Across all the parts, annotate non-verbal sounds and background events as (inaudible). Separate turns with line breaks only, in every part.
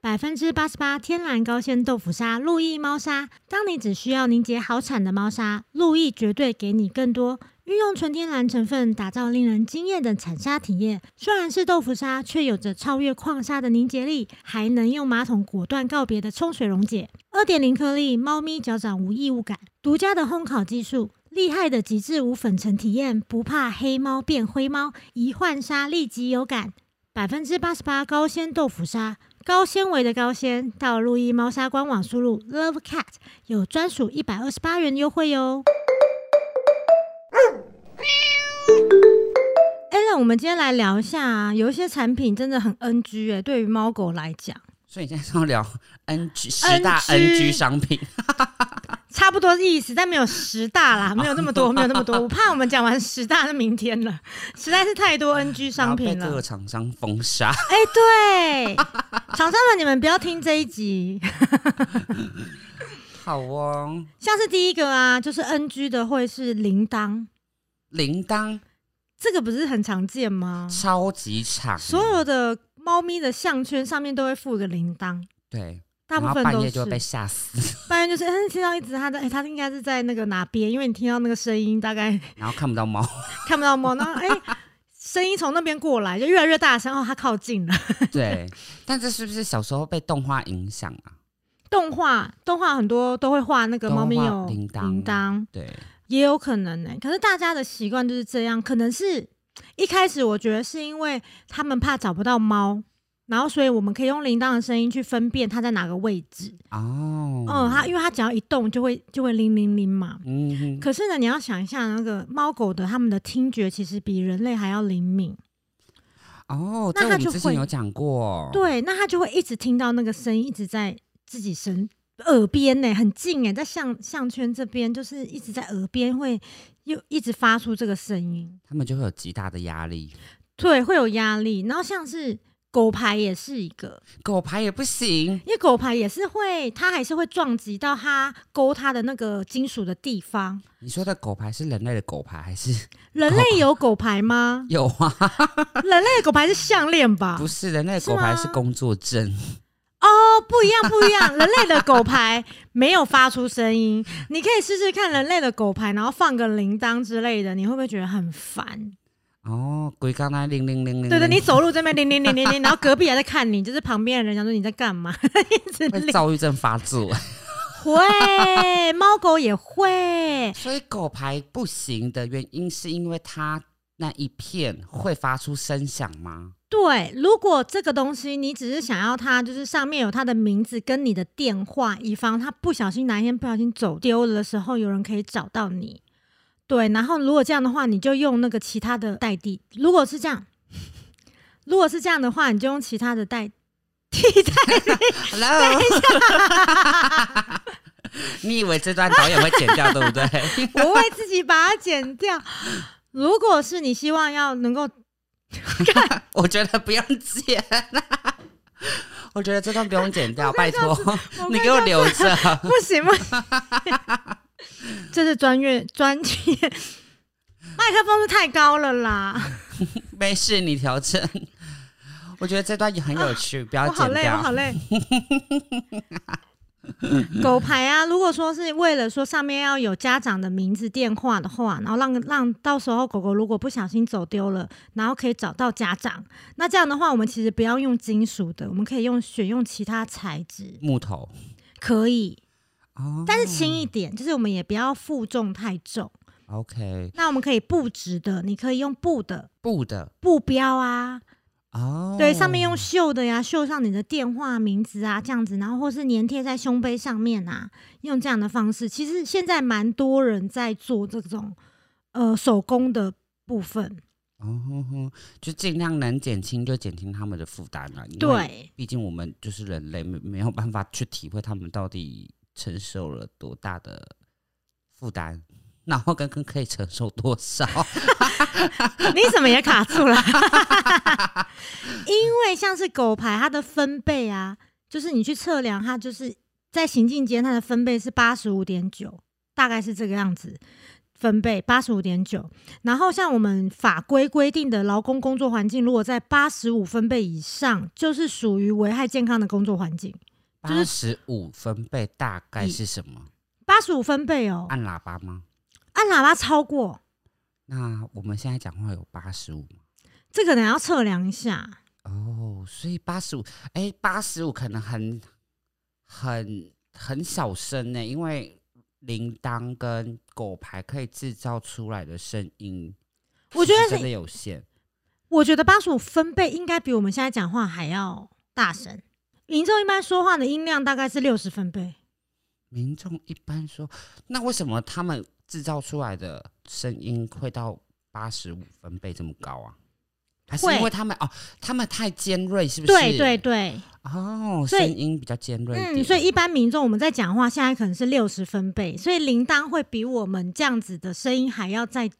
百分之八十八天然高纤豆腐砂路易猫砂。当你只需要凝结好产的猫砂，路易绝对给你更多。运用纯天然成分，打造令人惊艳的产砂体验。虽然是豆腐砂，却有着超越矿砂的凝结力，还能用马桶果断告别的冲水溶解。二点零颗粒，猫咪脚掌无异物感。独家的烘烤技术，厉害的极致无粉尘体验，不怕黑猫变灰猫，一换砂立即有感。百分之八十八高纤豆腐砂，高纤维的高纤，到路易猫砂官网输入 love cat 有专属一百二十八元优惠哟。a l n 我们今天来聊一下、啊，有一些产品真的很 NG 哎、对于猫狗来讲，
所以你现在是
(laughs)
要聊 NG 十大 NG 商品，
差不多意思，但没有十大啦，没有那么多，没有那么多。我怕我们讲完十大，那明天了，实在是太多 NG
然后
商
被
品
各
了
个。厂商封杀。
哎、对，厂商们，你们不要听这一集。
好哦，
像是第一个啊，就是 NG 的会是铃铛，
铃铛
这个不是很常见吗？
超级长，
所有的猫咪的项圈上面都会附一个铃铛，
对，
大部
然后
分
半
都
夜
是。
就会被吓死，
(laughs) 半夜就是， (laughs) 嗯，听到一直它的，哎、它应该是在那个哪边，因为你听到那个声音，大概 (laughs)
然后看不到猫，
看不到猫，然后哎。声音从那边过来，就越来越大声。哦，它靠近了。
对。但这是不是小时候被动画影响啊？
动画动画很多都会画那个猫咪
都画
有
铃铛
铃铛，
对，
也有可能呢、可是大家的习惯就是这样，可能是一开始我觉得是因为他们怕找不到猫，然后所以我们可以用铃铛的声音去分辨它在哪个位置。
哦，
嗯，它因为它只要一动就会就会铃铃铃嘛。
嗯哼，
可是呢，你要想一下，那个猫狗的它们的听觉其实比人类还要灵敏，
哦，
那
这
它
我们
就
之前
会
有讲过，，
对，那它就会一直听到那个声音一直在自己身耳边呢、很近哎、在项项圈这边就是一直在耳边会又一直发出这个声音。
他们就会有极大的压力。
对，会有压力。然后像是狗牌也是一个，
狗牌也不行，
因为狗牌也是会，它还是会撞击到它勾它的那个金属的地方。
你说的狗牌是人类的狗牌还是？
人类有狗牌吗 (laughs)
有啊？
人类的狗牌是项链吧？
不是，人类的
是
狗牌
吗
是工作证。
哦，不一样，不一样。人类的狗牌没有发出声音，你可以试试看人类的狗牌，然后放个铃铛之类的，你会不会觉得很烦？
哦，鬼刚才铃铃铃铃，
对对，你
铃
走路这边铃铃铃铃铃，然后隔壁还在看你，就是旁边的人想说你在干嘛， (laughs) 一直
会
铃。
躁郁症发作，
会，猫狗也会。
(laughs) 所以狗牌不行的原因是因为它那一片会发出声响吗？
对，如果这个东西你只是想要它，就是上面有它的名字跟你的电话，以防它不小心哪一天不小心走丢了的时候，有人可以找到你。对，然后如果这样的话，你就用那个其他的代替。如果是这样，如果是这样的话，你就用其他的代替代。
Hello，你以为这段导演会剪掉对不对？ (laughs)
我会自己把它剪掉。如果是你希望要能够
我觉得不用剪、我觉得这段不用剪 (laughs) 掉，拜托，你给我留着。
不行吗？ (laughs) 不行这是专业专业， (laughs) 麦克风是太高了啦！
没事，你调整。我觉得这段也很有 (laughs) 趣，不要
我好
剪
累，我好
掉。
累。 (laughs) 狗牌啊，如果说是为了说上面要有家长的名字、电话的话，然后让让到时候狗狗如果不小心走丢了，然后可以找到家长，那这样的话，我们其实不要用金属的，我们可以用选用其他材质，
木头
可以，
哦，
但是轻一点，就是我们也不要负重太重。
OK
那我们可以布质的，你可以用布的
布的
布标啊，
哦，
对，上面用绣的呀，绣上你的电话、名字啊，这样子，然后或是粘贴在胸杯上面啊，用这样的方式。其实现在蛮多人在做这种呃手工的部分，
哦吼吼，就尽量能减轻就减轻他们的负担了。因为
对，
毕竟我们就是人类，没没有办法去体会他们到底承受了多大的负担，然后跟跟可以承受多
(laughs)
少。
你怎么也卡住了？因为像是狗牌，它的分贝啊，就是你去测量它，就是在行进间它的分贝是八十五点九，大概是这个样子。分贝八十五点九，然后像我们法规规定的劳工工作环境，如果在八十五分贝以上，就是属于危害健康的工作环境。就
八十五分贝大概是什么？
八十五分贝哦，
按喇叭吗？
按喇叭超过
那我们现在讲话有八十五吗？
这个，等下要测量一下。
哦，所以八十五，哎，八十五可能很很很小声呢，因为铃铛跟狗牌可以制造出来的声音，
我觉得
是
是
真的有限。
我觉得八十五分贝应该比我们现在讲话还要大声。民众一般说话的音量大概是六十分贝，
民众一般说，那为什么他们制造出来的声音会到八十五分贝这么高啊？还是
会
因为他们哦，他们太尖锐，是不是？
对对对，
哦，
所以
声音比较尖锐一点，
嗯，所以一般民众我们在讲话，现在可能是六十分贝，所以铃铛会比我们这样子的声音还要再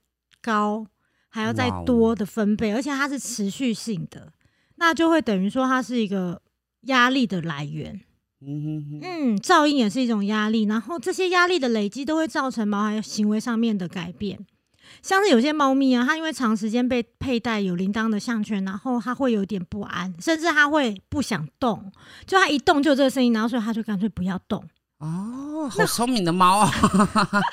高，还要再
哇哦
多的分贝，而且它是持续性的，那就会等于说它是一个压力的来源。
嗯哼哼
嗯，噪音也是一种压力，然后这些压力的累积都会造成毛孩行为上面的改变。像是有些猫咪啊，它因为长时间被佩戴有铃铛的项圈，然后它会有点不安，甚至它会不想动，就它一动就有这个声音，然后所以它就干脆不要动。
哦，好聪明的猫哦，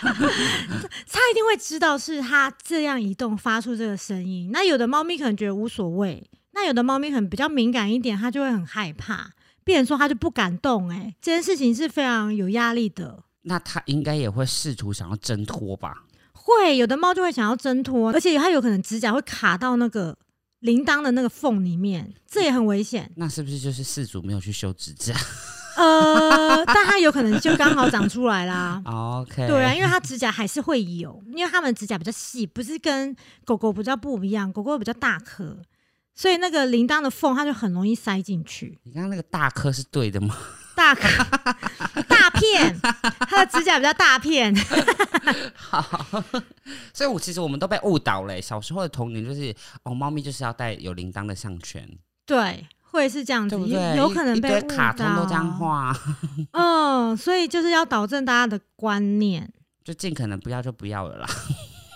它一定会知道是它这样移动发出这个声音。那有的猫咪可能觉得无所谓，那有的猫咪可能比较敏感一点，它就会很害怕，变成说它就不敢动、欸。哎，这件事情是非常有压力的。
那它应该也会试图想要挣脱吧？。
会，有的猫就会想要挣脱，而且它有可能指甲会卡到那个铃铛的那个缝里面，这也很危险
那是不是就是事主没有去修指甲
呃，但它有可能就刚好长出来
(laughs)
啦。
？OK，
对啊，因为它指甲还是会有，因为它们指甲比较细，不是跟狗狗比较不一样，狗狗比较大颗，所以那个铃铛的缝它就很容易塞进去。
你刚刚那个大颗是对的吗？ (laughs)
大颗大片，它的指甲比较大片。 (laughs)
好，所以我其实我们都被误导嘞。小时候的童年就是，哦，猫咪就是要戴有铃铛的项圈，
对，会是这样子，
对不
有
对？
有可
一
能
一
被
堆卡
误
通都这样
导
画，
嗯，所以就是要导正大家的观念。
就尽可能不要就不要了啦。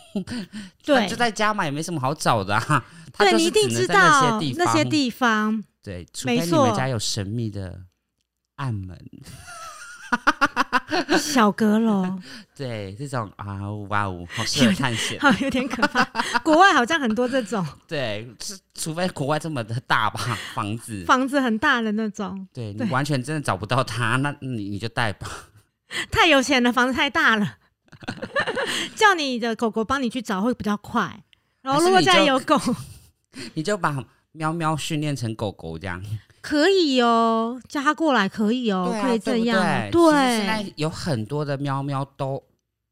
(laughs)
对
就，在家嘛，也没什么好找的啊。 (laughs) 它
对
就是
你一定
只能
知
在
道
那些地
那
方，
些地方， (laughs)
对，除
没
非你们
错
家有神秘的暗门，
小阁
(laughs)
楼，
对，这种啊哇哦，好适合探险。
好有点可怕。国外好像很多这种
对，是除非国外这么的大吧，房子。
房子很大的那种，
对你
对
完全真的找不到它，那你你就带吧。
太有钱了，房子太大
(laughs)
了，叫你的狗狗帮你去找会比较快。然后如果
还是你就
家里有
(laughs)
狗，
你就把喵喵训练成狗狗这样，
可以哦，叫它过来可以哦，
对啊
可以这样哦，
对不对其实现在有很多的喵喵都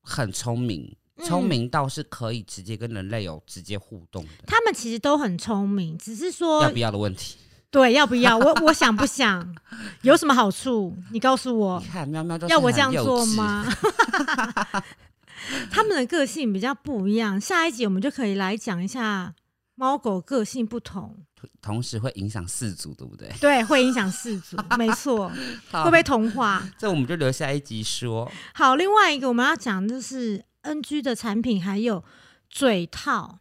很聪明，聪、
嗯
明到是可以直接跟人类有直接互动的，
它们其实都很聪明，只是说
要不要的问题。
对，要不要？我我想不想？有什么好处？你告诉我
你，看喵喵都
哦
是
要我这样
很幼
做
稚？ (laughs)
吗？他们的个性比较不一样，下一集我们就可以来讲一下猫狗个性不同，
同时会影响四组，对不对？
对，会影响氏族，没错，
(laughs) 好
会被同化。
这我们就留下一集说。
好，另外一个我们要讲的是 NG 的产品，还有嘴套。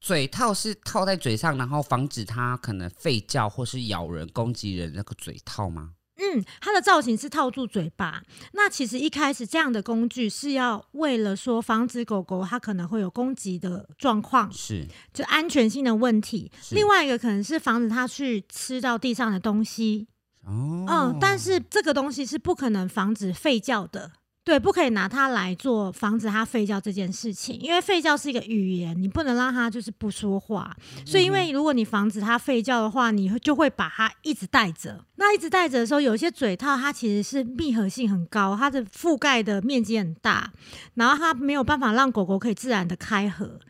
嘴套是套在嘴上，然后防止它可能吠叫或是咬人、攻击人那个嘴套吗？
嗯，它的造型是套住嘴巴。那其实一开始这样的工具是要为了说防止狗狗它可能会有攻击的状况，
是，
就安全性的问题。
是
另外一个可能是防止它去吃到地上的东西。
哦，
嗯，但是这个东西是不可能防止吠叫的。对，不可以拿它来做防止它吠叫这件事情，因为吠叫是一个语言，你不能让它就是不说话。所以，因为如果你防止它吠叫的话，你会就会把它一直带着。那一直带着的时候，有一些嘴套它其实是密合性很高，它的覆盖的面积很大，然后它没有办法让狗狗可以自然的开合，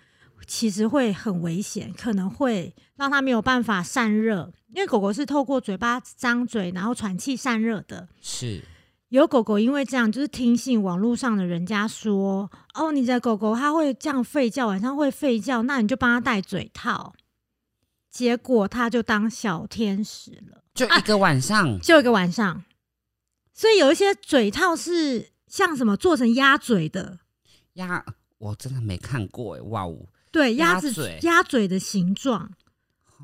其实会很危险，可能会让它没有办法散热，因为狗狗是透过嘴巴张嘴然后喘气散热的。啊
是
有狗狗因为这样，就是听信网络上的人家说，哦，你的狗狗它会这样吠叫，晚上会吠叫，那你就帮它戴嘴套。结果它就当小天使了，
就一个晚上，
就一个晚上。所以有一些嘴套是像什么做成鸭嘴的，
呀，我真的没看过哎，哇哦，
对，
鸭
鸭子
嘴
鸭嘴的形状，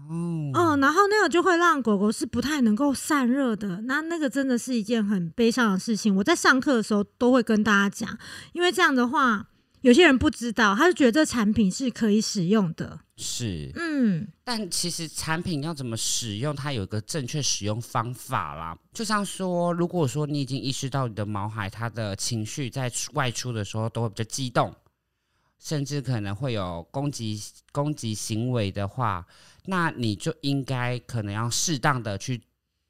哦，
哦，然后那个就会让狗狗是不太能够散热的，那那个真的是一件很悲伤的事情。我在上课的时候都会跟大家讲，因为这样的话，有些人不知道，他就觉得这产品是可以使用的。
是，
嗯，
但其实产品要怎么使用，它有一个正确使用方法啦。就像说，如果说你已经意识到你的毛孩它的情绪在出外出的时候都会比较激动，甚至可能会有攻击攻击行为的话，那你就应该可能要适当的去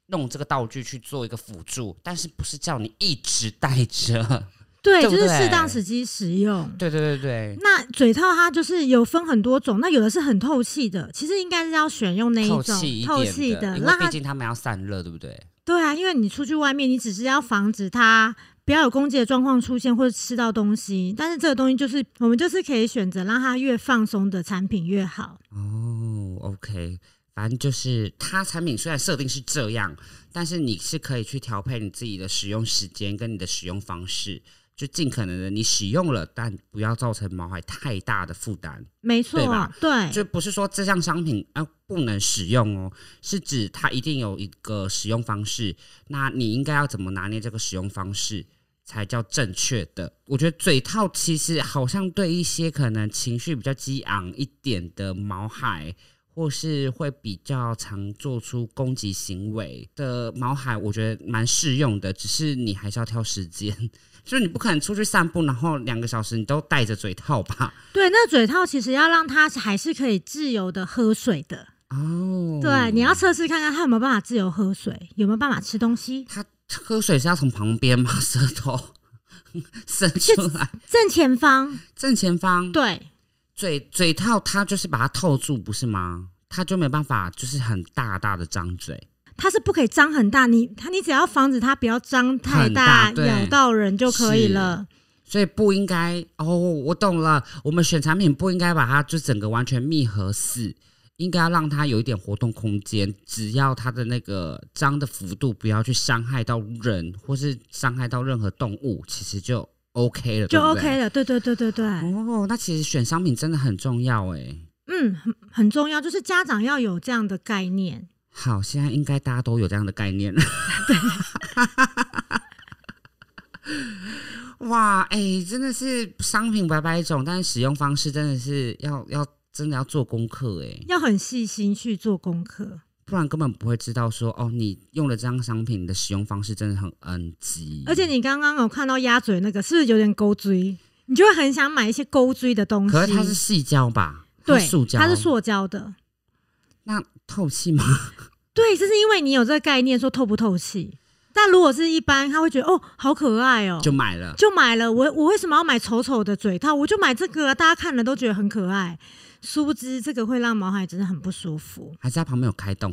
弄这个道具去做一个辅助，但是不是叫你一直带着？ (laughs)
对，
对不
就是适当
对
时机使用。
对对对对。
那嘴套它就是有分很多种，那有的是很透气的，其实应该是要选用那一
透
种
气一
透
点
气
的，因为
让
毕
它
竟他们要散热，对不对？
对啊，因为你出去外面，你只是要防止它不要有攻击的状况出现，或者吃到东西。但是这个东西就是我们就是可以选择让它越放松的产品越好。
哦，OK，反正就是它产品虽然设定是这样，但是你是可以去调配你自己的使用时间跟你的使用方式，就尽可能的你使用了，但不要造成毛孩太大的负担。
没错
对吧，
对
就不是说这项商品啊、呃不能使用哦，是指它一定有一个使用方式，那你应该要怎么拿捏这个使用方式才叫正确的？我觉得嘴套其实好像对一些可能情绪比较激昂一点的毛孩。或是会比较常做出攻击行为的毛孩，我觉得蛮适用的，只是你还是要挑时间， (laughs) 就是你不可能出去散步，然后两个小时你都戴着嘴套吧？
对。那嘴套其实要让它还是可以自由的喝水的。
哦，
对，你要测试看看它有没有办法自由喝水，有没有办法吃东西。
他喝水是要从旁边吗？ (laughs) 舌头伸出来，
正前方，
正前方。
对
嘴嘴套，它就是把它套住，不是吗？它就没办法，就是很大大的张嘴。
它是不可以张很大，你它你只要防止它不要张太
很大对
咬到人就可以
是
了。
所以不应该哦，我懂了。我们选产品不应该把它就整个完全密合死，应该要让它有一点活动空间。只要它的那个张的幅度不要去伤害到人，或是伤害到任何动物，其实就 OK 了，
就
对不对
OK 了。对对对对对，
哦，那其实选商品真的很重要哎。
嗯，很很重要，就是家长要有这样的概念。
好，现在应该大家都有这样的概念了。 (laughs) 哇，哎、真的是商品百百种，但是使用方式真的是要要真的要做功课哎，
要很细心去做功课。
不然根本不会知道说哦，你用了这样商品，你的使用方式真的很 NG。
而且，你刚刚有看到鸭嘴那个，是不是有点勾追？你就会很想买一些勾追的东西。
可是它是细胶吧？它
对，
是塑胶，
它是塑胶的。
那透气吗？
对，这是因为你有这个概念，说透不透气。但如果是一般，他会觉得哦，好可爱哦，
就买了。
就买了。我我为什么要买丑丑的嘴套？我就买这个啊、大家看了都觉得很可爱。殊不知，这个会让毛孩真的很不舒服。
还是它旁边有开洞，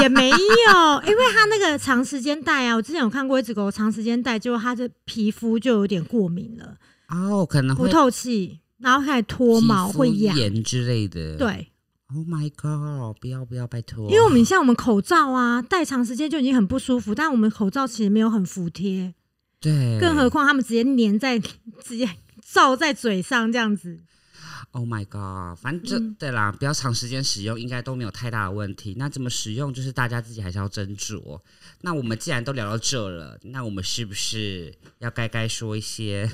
也没有，因为它那个长时间戴啊，我之前有看过一只狗长时间戴，结果它的皮肤就有点过敏了，
哦，可能
不
会
透气，然后开始脱毛
皮肤
会痒。
炎之类的。
对，
，Oh my god！不要不要，拜托。
因为我们像我们口罩啊，戴长时间就已经很不舒服，但我们口罩其实没有很服帖，
对，
更何况他们直接粘在 (laughs) 直接罩在嘴上这样子。
Oh my god！反正就、
嗯
对啦，不要长时间使用，应该都没有太大的问题。那怎么使用，就是大家自己还是要斟酌。那我们既然都聊到这了，那我们是不是要该该说一些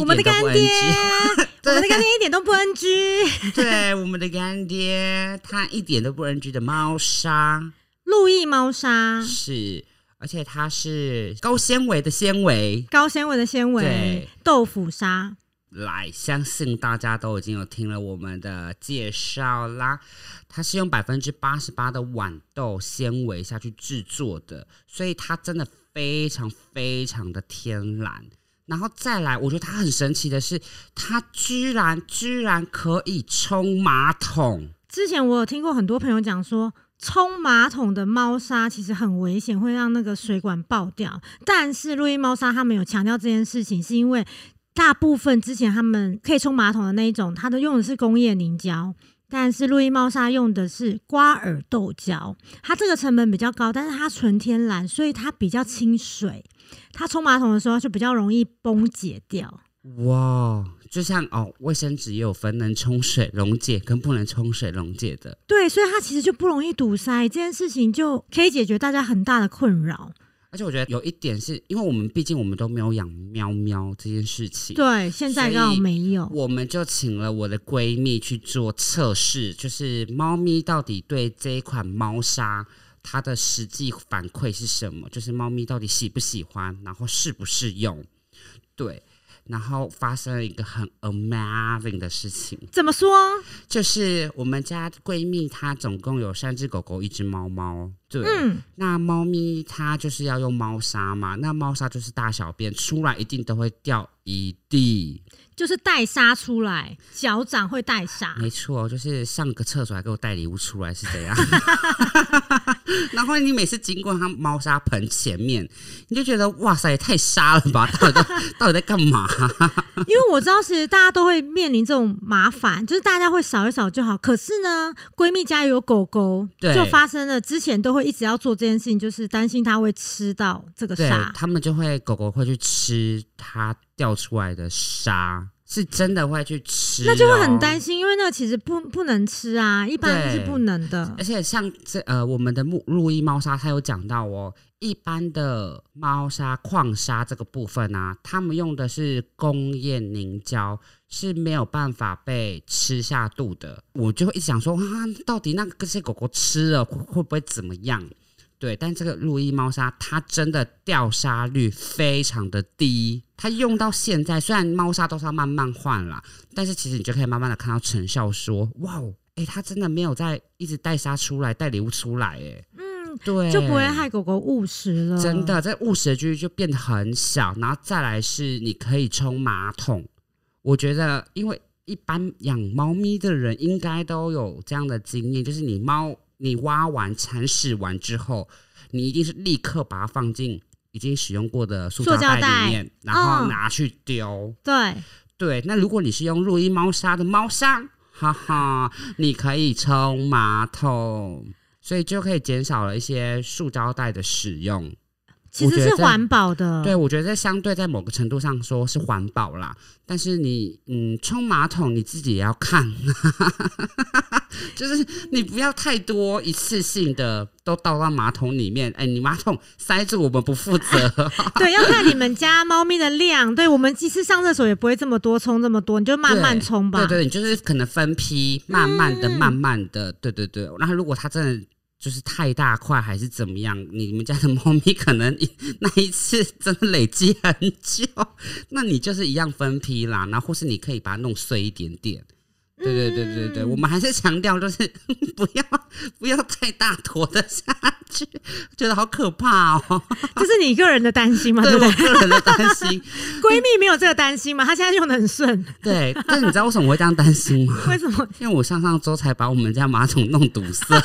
(laughs) 我们的
点都
干
不
爹啊
NG？，
我们的干爹一点都不 NG。
(laughs) 对，我们的干爹，他一点都不 NG 的猫砂
路易猫砂，
是，而且它是高纤维的纤维。
高纤维的纤维
对，
豆腐砂。
来，相信大家都已经有听了我们的介绍啦。它是用百分之八十八的豌豆纤维下去制作的，所以它真的非常非常的天然。然后再来，我觉得它很神奇的是，它居然居然可以冲马桶。
之前我有听过很多朋友讲说，冲马桶的猫砂其实很危险，会让那个水管爆掉。但是路易猫砂他们有强调这件事情，是因为大部分之前他们可以冲马桶的那一种，它都用的是工业凝胶。但是路易猫砂用的是瓜尔豆胶，它这个成本比较高，但是它纯天然，所以它比较亲水，它冲马桶的时候就比较容易崩解掉。
哇，就像哦，卫生纸也有分能冲水溶解跟不能冲水溶解的。
对，所以它其实就不容易堵塞，这件事情就可以解决大家很大的困扰。
而且我觉得有一点是因为我们毕竟我们都没有养喵喵这件事情，
对，现在刚好
所以
没有。
我们就请了我的闺蜜去做测试，就是猫咪到底对这一款猫砂它的实际反馈是什么，就是猫咪到底喜不喜欢，然后适不适用。对，然后发生了一个很 amazing 的事情，
怎么说？
就是我们家闺蜜她总共有三只狗狗，一只猫猫。对，
嗯，
那猫咪它就是要用猫砂嘛，那猫砂就是大小便出来一定都会掉一地。
就是带沙出来，脚掌会带沙。
没错，就是上个厕所还给我带礼物出来是
(laughs)
怎样？然后你每次经过它猫砂盆前面，你就觉得哇塞，也太沙了吧！到底在到底在干嘛？
因为我知道，其实大家都会面临这种麻烦，就是大家会扫一扫就好。可是呢，闺蜜家有狗狗，
对
就发生了之前都会一直要做这件事情，就是担心它会吃到这个
对
沙，
他们就会狗狗会去吃它掉出来的沙，是真的会去吃、哦
那就会很
心。
担心，因为那个其实不不能吃啊，一般是
对
不能的
而。且像这呃，我们的木路易猫砂，它有讲到哦，一般的猫砂、矿砂这个部分啊，他们用的是工业凝胶，是没有办法被吃下肚的。我就会一直想说，啊，到底那个些狗狗吃了会会不会怎么样？对，但这个路易猫砂它真的掉沙率非常的低，它用到现在，虽然猫砂都是要慢慢换啦，但是其实你就可以慢慢的看到成效说，哇哦，哎、它真的没有在一直带沙出来，带礼物出来，哎，
嗯，
对，
就不会害狗狗误食了。
真，的，这务实的几率就变得很小，然后再来是你可以冲马桶。我觉得，因为一般养猫咪的人应该都有这样的经验，就是你猫你挖完、铲屎完之后，你一定是立刻把它放进已经使用过的塑
塑
胶
胶
袋
袋
里面，然后
嗯
拿去丢。
对，
对，那如果你是用入衣猫砂的猫砂，哈哈，你可以冲马桶，所以就可以减少了一些塑胶袋的使用。
其实
我觉
是
得这
环保的。
对，我觉得这相对在某个程度上说是环保啦，但是你嗯冲马桶你自己也要看， (laughs) 就是你不要太多一次性的都倒到马桶里面，哎，你马桶塞住我们不负责，
(laughs) 对，要看你们家猫咪的
(laughs)
量。对我们即使上厕所也不会这么多冲这么多，你就慢慢冲吧。
对对，你就是可能分批，慢慢的、慢慢
嗯
的，对对对。然后如果它真的就是太大块还是怎么样，你们家的猫咪可能一那一次真的累积很久， (laughs) 那你就是一样分批啦，然后或是你可以把它弄碎一点点。对对对对对，
嗯
我们还是强调就是 (laughs) 不要不要太大坨的下去，觉得好可怕哦。
这是你个人的担心嘛， (laughs) 对
对
不对
我？个人的担心，
闺蜜没有这个担心嘛，她现在用的很
(laughs)
顺，
对，但是你知道为什么我会这样担心吗？
为什么？
因为我上上周才把我们家马桶弄堵塞，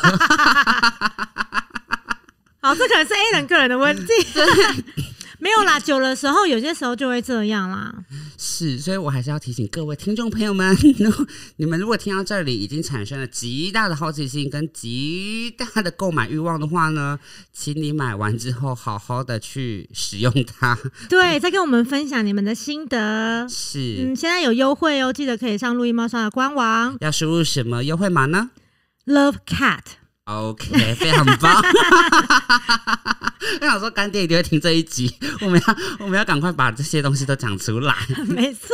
好，这可能是 A 人个人的
(laughs)
问题。 (laughs) 没有啦，久的时候有些时候就会这样啦。
是，所以我还是要提醒各位听众朋友们，如果你们如果听到这里已经产生了极大的好奇心跟极大的购买欲望的话呢，请你买完之后好好的去使用它。 (laughs)
对，再跟我们分享你们的心得。
是，
嗯，现在有优惠哦，记得可以上路易猫刷的官网
要输入什么优惠码呢
Love Cat。 (laughs)
？OK，非常棒。 (laughs) 我想说，干爹一定会听这一集，我们要我们要赶快把这些东西都讲出来。
没错，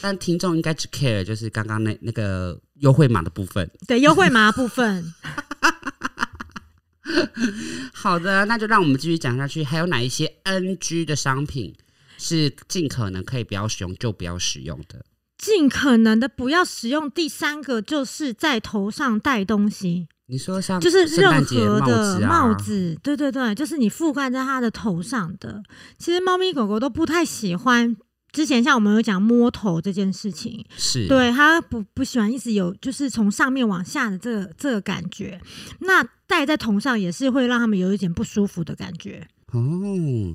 但听众应该只 care 就是刚刚那那个优惠码的部分。
对优惠码的部分，
好的，那就让我们继续讲下去。还有哪一些 NG 的商品是尽可能可以不要使用就不要使用的？
尽可能的不要使用。第三个就是在头上戴东西，
你说像
就是
嗯圣
任
诞节
何的
子啊，
帽子，对对对，就是你覆盖在它的头上的。其实猫咪狗狗都不太喜欢。之前像我们有讲摸头这件事情，
是，
对它不不喜欢一直有就是从上面往下的这个这个感觉，那戴在头上也是会让他们有一点不舒服的感觉。
哦，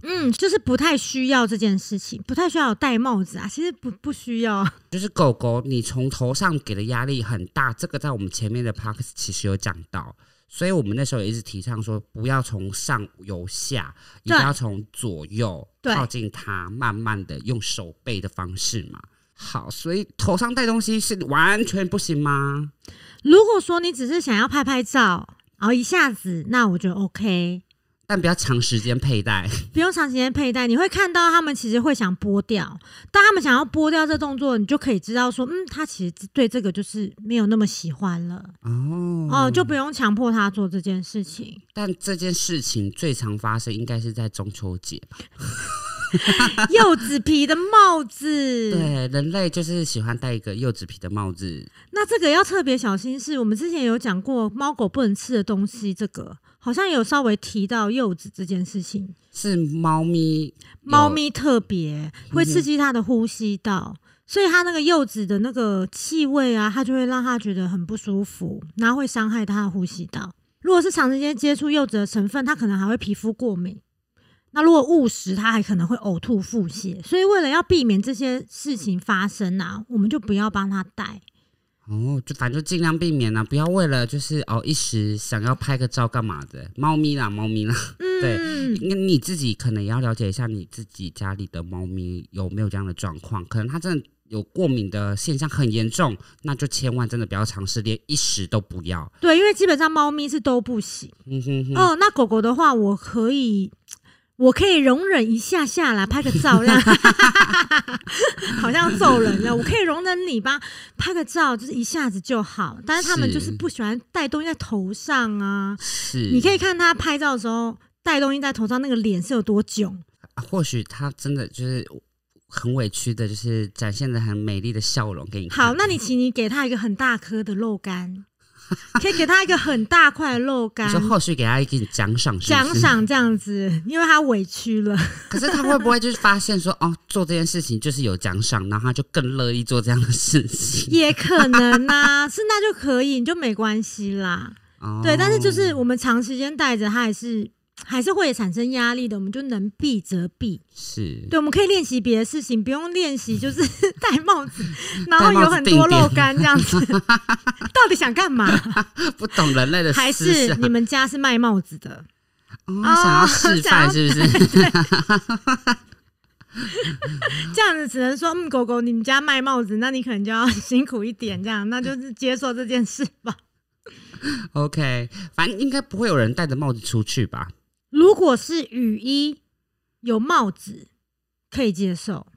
嗯，就是不太需要这件事情，不太需要有戴帽子啊，其实不不需要。
就是狗狗你从头上给的压力很大，这个在我们前面的 p a r k 其实有讲到，所以我们那时候也一直提倡说，不要从上由下，一
对
定要从左右
对
靠近它，慢慢的用手背的方式嘛。好，所以头上戴东西是完全不行吗？
如果说你只是想要拍拍照，然后一下子，那我觉得 OK，
但不要长时间佩戴。
不用长时间佩戴。你会看到他们其实会想剥掉，当他们想要剥掉这动作，你就可以知道说，嗯，他其实对这个就是没有那么喜欢了，
哦
哦、就不用强迫他做这件事情。
但这件事情最常发生应该是在中秋节吧？
柚子皮的帽子，
(laughs) 对，人类就是喜欢戴一个柚子皮的帽子。
那这个要特别小心，是我们之前有讲过猫狗不能吃的东西，这个好像有稍微提到柚子这件事情。
是猫咪，
猫咪特别会刺激它的呼吸道，所以它那个柚子的那个气味啊，它就会让它觉得很不舒服，然后会伤害它的呼吸道。如果是长时间接触柚子的成分，它可能还会皮肤过敏。那如果误食，它还可能会呕吐、腹泻。所以为了要避免这些事情发生啊，我们就不要帮它带。
哦，就反正就尽量避免啦、啊不要为了就是哦一时想要拍个照干嘛的，猫咪啦，猫咪啦， (laughs)
嗯，
你你自己可能也要了解一下你自己家里的猫咪有没有这样的状况，可能它真的有过敏的现象很严重，那就千万真的不要尝试，连一时都不要。
对，因为基本上猫咪是都不行。
嗯哼哼，
哦，那狗狗的话，我可以，我可以容忍一下下啦，拍个照
(laughs)
让， (laughs) 好像揍人了。我可以容忍你吧，拍个照就是一下子就好。但是他们就是
是
不喜欢戴东西在头上啊。
是，
你可以看他拍照的时候戴东西在头上，那个脸是有多囧。
啊或许它真的就是很委屈的，就是展现的很美丽的笑容给你看。
好，那你请你给他一个很大颗的肉干，可以给他一个很大块的肉干
你说。后续给它一个奖赏，是不
奖
是？
赏这样子，因为他委屈了，
(laughs) 可是他会不会就是发现说，哦，做这件事情就是有奖赏，然后他就更乐意做这样的事
(laughs)
情？
也可能呐、 (laughs) 是那就可以，你就没关系啦。
哦
对，但是就是我们长时间带着它，还是还是会产生压力的。我们就能避则避。
是
对，我们可以练习别的事情，不用练习就是 (laughs) 戴帽
(laughs)
子，然后
戴帽子
有很多
定点
肉干这样子。
(laughs)
到底想干嘛？
不懂人类的
还
思
是
想，
你们家是卖帽子的？
哦
哦
想要示
想要
范是不是？
这样子只能说，嗯，狗狗，你们家卖帽子，那你可能就要 (laughs) 辛苦一点，这样，那就是接受这件事吧。
OK，反正应该不会有人戴着帽子出去吧？
如果是雨衣有帽子，可以接受，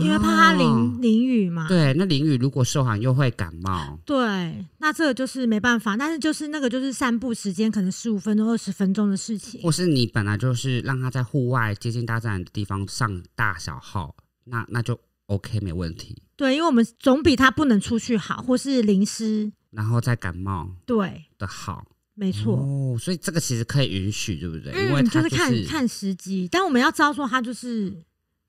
因为怕它淋
哦。
淋雨嘛。
对，那淋雨如果受寒又会感冒。
对，那这个就是没办法，但是就是那个就是散步时间，可能十五分钟、二十分钟的事情。
或是你本来就是让他在户外接近大自然的地方上大小号，那那就 OK 没问题。
对，因为我们总比他不能出去好，或是淋湿。
然后再感冒
对，
的好
没错。
哦，所以这个其实可以允许，对不对？因为
嗯，
他
是看看时机，但我们要知道说它就是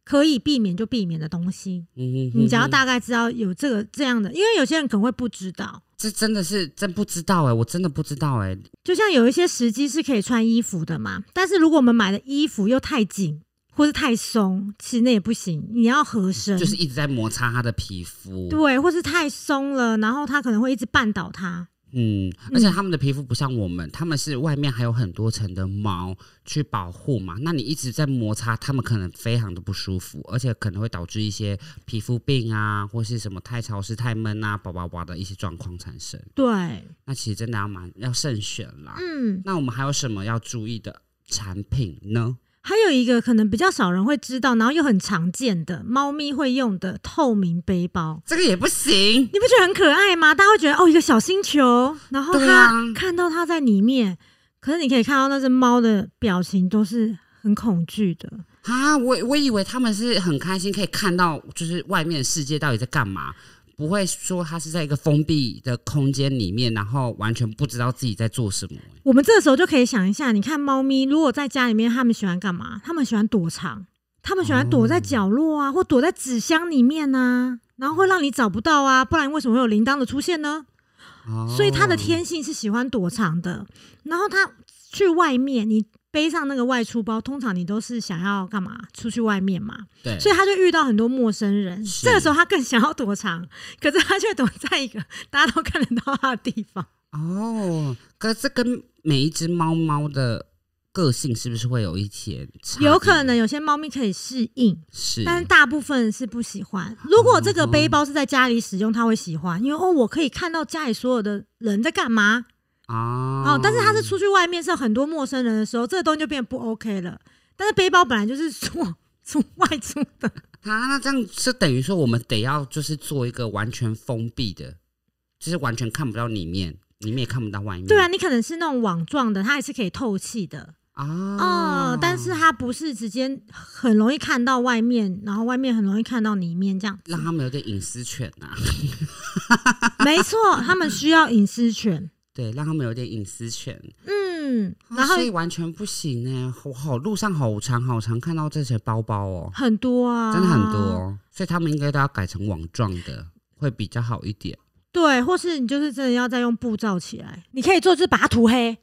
可以避免就避免的东西。
嗯哼哼
你只要
哼
大概知道有这个这样的，因为有些人可能会不知道。
这真的是真不知道哎、我真的不知道哎、
就像有一些时机是可以穿衣服的嘛，但是如果我们买的衣服又太紧或是太松，其实那也不行，你要合身，
就是一直在摩擦他的皮肤。
嗯对，或是太松了，然后它可能会一直绊倒它。
嗯，而且他们的皮肤不像我们，他们是外面还有很多层的毛去保护嘛。那你一直在摩擦，他们可能非常的不舒服，而且可能会导致一些皮肤病啊，或是什么太潮湿、太闷啊、叭叭叭的一些状况产生。
对，
那其实真的要蛮要慎选啦。
嗯，
那我们还有什么要注意的产品呢？
还有一个可能比较少人会知道，然后又很常见的，猫咪会用的透明背包。
这个也不行，
你不觉得很可爱吗？大家会觉得哦，一个小星球，然后
对
它、
啊
看到它在里面，可是你可以看到那只猫的表情都是很恐惧的。
啊，我我以为他们是很开心，可以看到就是外面世界到底在干嘛，不会说他是在一个封闭的空间里面，然后完全不知道自己在做什么。
我们这个时候就可以想一下，你看猫咪如果在家里面，它们喜欢干嘛？它们喜欢躲藏，它们喜欢躲在角落
哦
啊，或躲在纸箱里面啊，然后会让你找不到啊，不然为什么会有铃铛的出现呢？
哦
所以它的天性是喜欢躲藏的。然后它去外面，你背上那个外出包，通常你都是想要干嘛？出去外面嘛，
对，
所以它就遇到很多陌生人。
是
这个时候它更想要躲藏，可是它却躲在一个大家都看得到它的地方。
哦，可是这跟每一只猫猫的个性是不是会有一些差异？
有可能有些猫咪可以适应，
是，
但是哦大部分是不喜欢。如果这个背包是在家里使用，它会喜欢，因为哦，我可以看到家里所有的人在干嘛
啊、
哦。但是它是出去外面是有很多陌生人的时候，这个东西就变得不 OK 了。但是背包本来就是做出外出的，
啊，那这样是等于说我们得要就是做一个完全封闭的，就是完全看不到里面，你们也看不到外面。
对啊，你可能是那种网状的，它还是可以透气的
啊，
哦、但是它不是直接很容易看到外面，然后外面很容易看到里面 (laughs) 这样子
让。他们有点隐私权啊，
没错，他们需要隐私权。
对，让他们有点隐私权，
嗯，
啊
然后
所以完全不行呢、我好路上好常好常看到这些包包哦，
很多啊，
真的很多、。哦，所以他们应该都要改成网状的，会比较好一点。
对，或是你就是真的要再用布罩起来，你可以做就是把它涂
(laughs)
黑。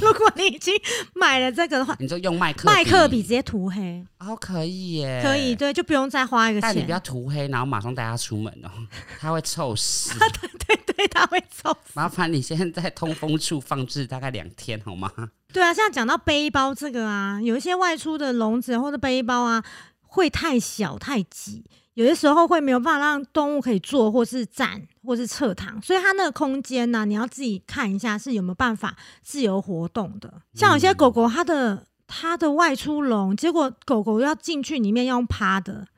如果你已经买了这个的话，
你就用啊麦克
麦克笔直接涂黑
哦，可以耶，
可以，对，就不用再花一个
哎但你
钱
不要。涂黑，然后马上带它出门哦，它会臭 (laughs) 死。
对对，它
(laughs)
会臭。
麻烦你先在通风处放置大概两天好吗？
对啊，像讲到背包这个啊，有一些外出的笼子或者背包啊，会太小太挤，有些时候会没有办法让动物可以坐或是站或是侧躺，所以它那个空间呢、你要自己看一下是有没有办法自由活动的。像有些狗狗，它的它的外出笼，结果狗狗要进去里面要用趴的。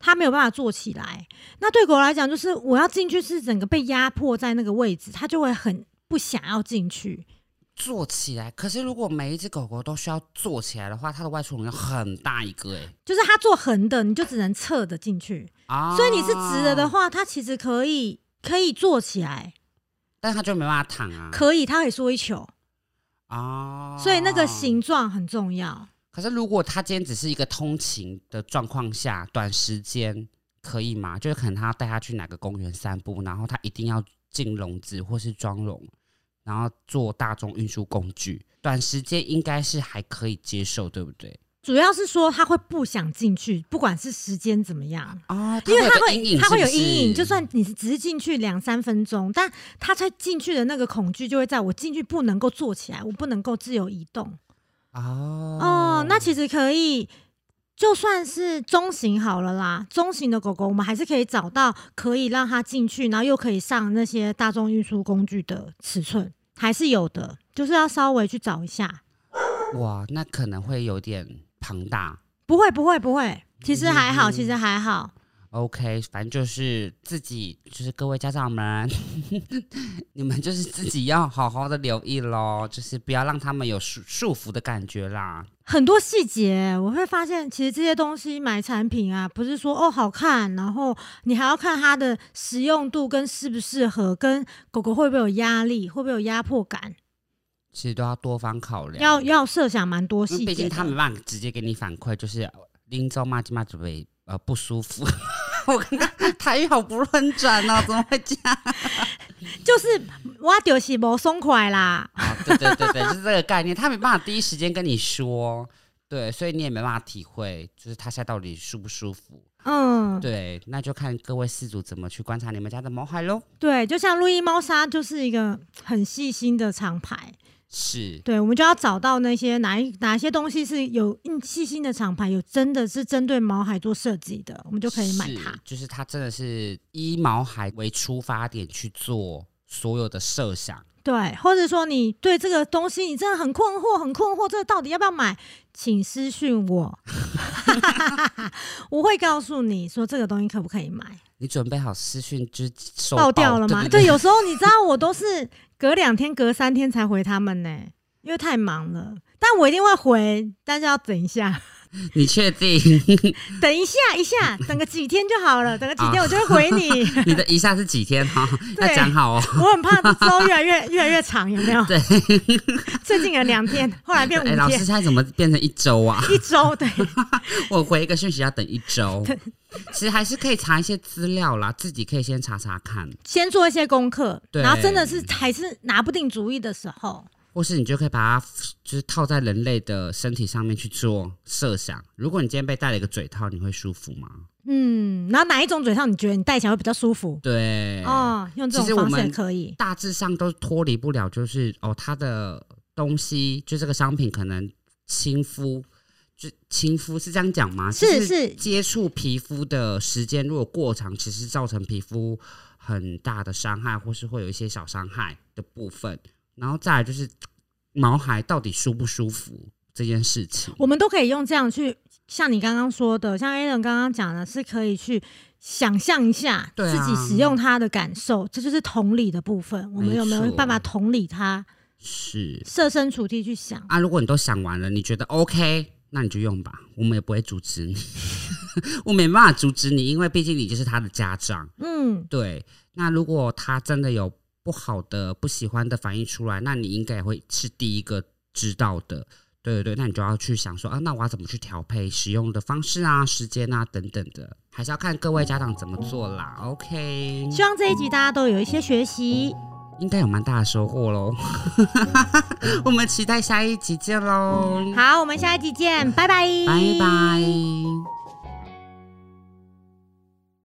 它没有办法坐起来，那对狗来讲，就是我要进去是整个被压迫在那个位置，它就会很不想要进去。
坐起来，可是如果每一只狗狗都需要坐起来的话，它的外出笼要很大一个哎、
就是它做横的，你就只能侧的进去。
啊
所以你是直的的，话，它其实可以可以坐起来，
但它就没办法躺啊。
可以它可以缩一球，
啊，
所以那个。形状很重要。
可是如果它今天只是一个通勤的状况下，短时间可以吗？就是可能它带它去哪个公园散步，然后它一定要进笼子或是装笼，然后坐大众运输工具，短时间应该是还可以接受，对不对？
主要是说它会不想进去，不管是时间怎么样。
啊，
因为它
它有个
会，
影，
它会有
是不是
阴影。就算你是只是进去两三分钟，但它在进去的那个恐惧就会在我进去不能够坐起来，我不能够自由移动。
哦
哦，那其实可以，就算是中型好了啦，中型的狗狗，我们还是可以找到可以让它进去，然后又可以上那些大众运输工具的尺寸，还是有的，就是要稍微去找一下。
哇，那可能会有点庞大。
不会，不会，不会，其实还好，其实还好。
OK，反正就是自己，就是各位家长们， (laughs) 你们就是自己要好好的留意喽，就是不要让他们有束束缚的感觉啦。
很多细节，我会发现，其实这些东西买产品啊，不是说哦好看，然后你还要看它的实用度跟适不适合，跟狗狗会不会有压力，会不会有压迫感，
其实都要多方考量，
要要设想蛮多
因
细
为
节的。
毕竟他没办法直接给你反馈，就是拎走嘛，就嘛准备呃不舒服。 (laughs) 我刚刚台语好不润转哦，怎么会这样？
就是我就是无爽快啦。
啊，对对对对，就是这个概念，他没办法第一时间跟你说，对，所以你也没办法体会，就是他现在到底舒不舒服。 (laughs)
嗯，
对，那就看各位饲主怎么去观察你们家的毛孩喽。
对，就像路易猫砂就是一个很细心的厂牌，
是，
对，我们就要找到那些哪一哪些东西是有嗯细心的厂牌，有真的是针对毛孩做设计的，我们就可以买
是
它。
就是他真的是以毛孩为出发点去做所有的设想。
对，或者说你对这个东西你真的很困惑，很困惑，这个到底要不要买？请私讯
(laughs)
我， (laughs) 我会告诉你说这个东西可不可以买。
你准备好私讯就是收
爆掉了吗？
对
对，有时候你知道我都是隔两天、隔三天才回他们呢、因为太忙了。但我一定会回，但是要等一下，
对你确定 (laughs)
等一下，一下，等个几天就好了，等个几天我就会回
(laughs)
你。
你的一下是几天哈？
对
要哦讲好哦。
我很怕之后越来越越来越长，有没有？
对，
(laughs) 最近有两天，后来变五
哎，老师
天
现，在怎么变成一周啊？
一周，对，
(laughs) 我回一个讯息要等一周，其实还是可以查一些资料啦，自己可以先查查看。
先做一些功课，
对
然后真的是还是拿不定主意的时候，
或是你就可以把它就是套在人类的身体上面去做设想。如果你今天被戴了一个嘴套，你会舒服吗？
嗯，然后哪一种嘴套你觉得你戴起来会比较舒服？
对，
哦，用这
其实
种
我
方式也
们
可以。
大致上都脱离不了，就是哦，它的东西就这个商品可能亲肤，就亲肤是这样讲吗？
是
就是接触皮肤的时间如果过长，其实造成皮肤很大的伤害，或是会有一些小伤害的部分。然后再来就是毛孩到底舒不舒服这件事情，
我们都可以用这样去，像你刚刚说的，像 Alan 刚刚讲的，是可以去想象一下
对
自
啊
己使用它的感受，这就是同理的部分。我们有没有
没错
办法同理它，
是
设身处地去想？
啊，如果你都想完了，你觉得 OK，那你就用吧，我们也不会阻止你， (laughs) 我没办法阻止你，因为毕竟你就是他的家长。
嗯，
对，那如果他真的有不好的、不喜欢的反应出来，那你应该也会是第一个知道的。对对对，那你就要去想说啊，那我要怎么去调配使用的方式啊、时间啊等等的，还是要看各位家长怎么做啦。OK，
希望这一集大家都有一些学习。
应该有蛮大的收获 (laughs) 喽。我们期待下一集见喽，
好，我们下一集见，拜拜，
拜拜。